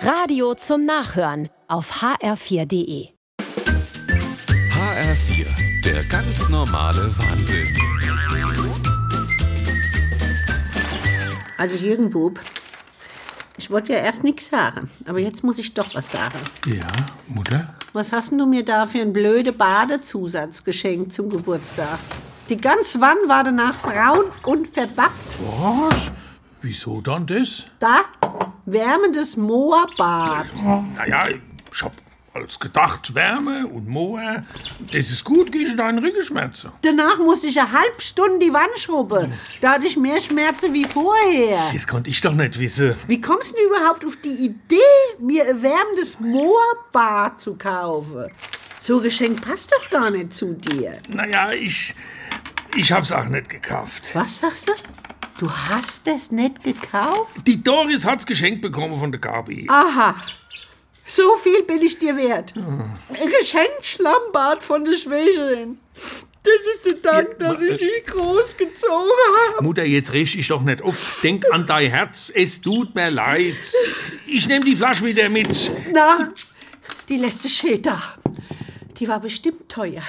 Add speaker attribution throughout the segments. Speaker 1: Radio zum Nachhören auf hr4.de.
Speaker 2: HR4, der ganz normale Wahnsinn.
Speaker 3: Also Jürgen Bub, ich wollte ja erst nichts sagen, aber jetzt muss ich doch was sagen.
Speaker 4: Ja, Mutter?
Speaker 3: Was hast denn du mir da für einen blöde Badezusatz geschenkt zum Geburtstag? Die ganze Wanne war danach braun und verbackt.
Speaker 4: Was? Wieso dann das?
Speaker 3: Da, wärmendes Moorbad.
Speaker 4: Naja, ich hab als gedacht, Wärme und Moor, das ist gut gegen deine Rückenschmerzen.
Speaker 3: Danach musste ich eine halbe Stunde die Wand schrubben. Da hatte ich mehr Schmerzen wie vorher.
Speaker 4: Das konnte ich doch nicht wissen.
Speaker 3: Wie kommst du denn überhaupt auf die Idee, mir ein wärmendes Moorbad zu kaufen? So ein Geschenk passt doch gar nicht zu dir.
Speaker 4: Naja, ich. Ich hab's auch nicht gekauft.
Speaker 3: Was sagst du? Du hast es nicht gekauft?
Speaker 4: Die Doris hat's geschenkt bekommen von der Gabi.
Speaker 3: Aha. So viel bin ich dir wert. Ein geschenkt Schlammbad von der Schwägerin. Das ist der Dank, dass ich dich großgezogen habe.
Speaker 4: Mutter, jetzt riech ich doch nicht auf. Denk an dein Herz, es tut mir leid. Ich nehm die Flasche wieder mit.
Speaker 3: Na, die letzte Schäder. Die war bestimmt teuer.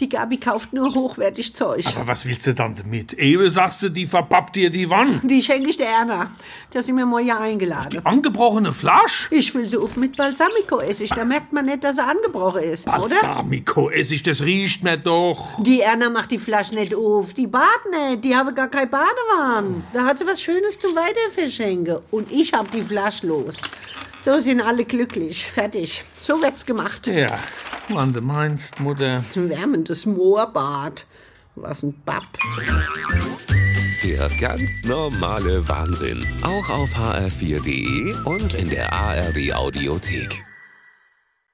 Speaker 3: Die Gabi kauft nur hochwertig Zeug.
Speaker 4: Aber was willst du dann damit? Ewe, sagst du, die verpappt dir die Wand.
Speaker 3: Die schenke ich der Erna. Da sind wir morgen ja eingeladen.
Speaker 4: Angebrochene Flasche?
Speaker 3: Ich will sie auf mit Balsamico-Essig. Da merkt man nicht, dass er angebrochen ist, oder?
Speaker 4: Balsamico-Essig, das riecht mir doch.
Speaker 3: Die Erna macht die Flasche nicht auf. Die bad nicht. Die habe gar kein Badewann. Da hat sie was Schönes zum Weiterverschenken. Und ich hab die Flasche los. So sind alle glücklich. Fertig. So wird's gemacht.
Speaker 4: Ja, wann du meinst, Mutter.
Speaker 3: Ein wärmendes Moorbad. Was ein Bapp.
Speaker 2: Der ganz normale Wahnsinn. Auch auf hr4.de und in der ARD-Audiothek.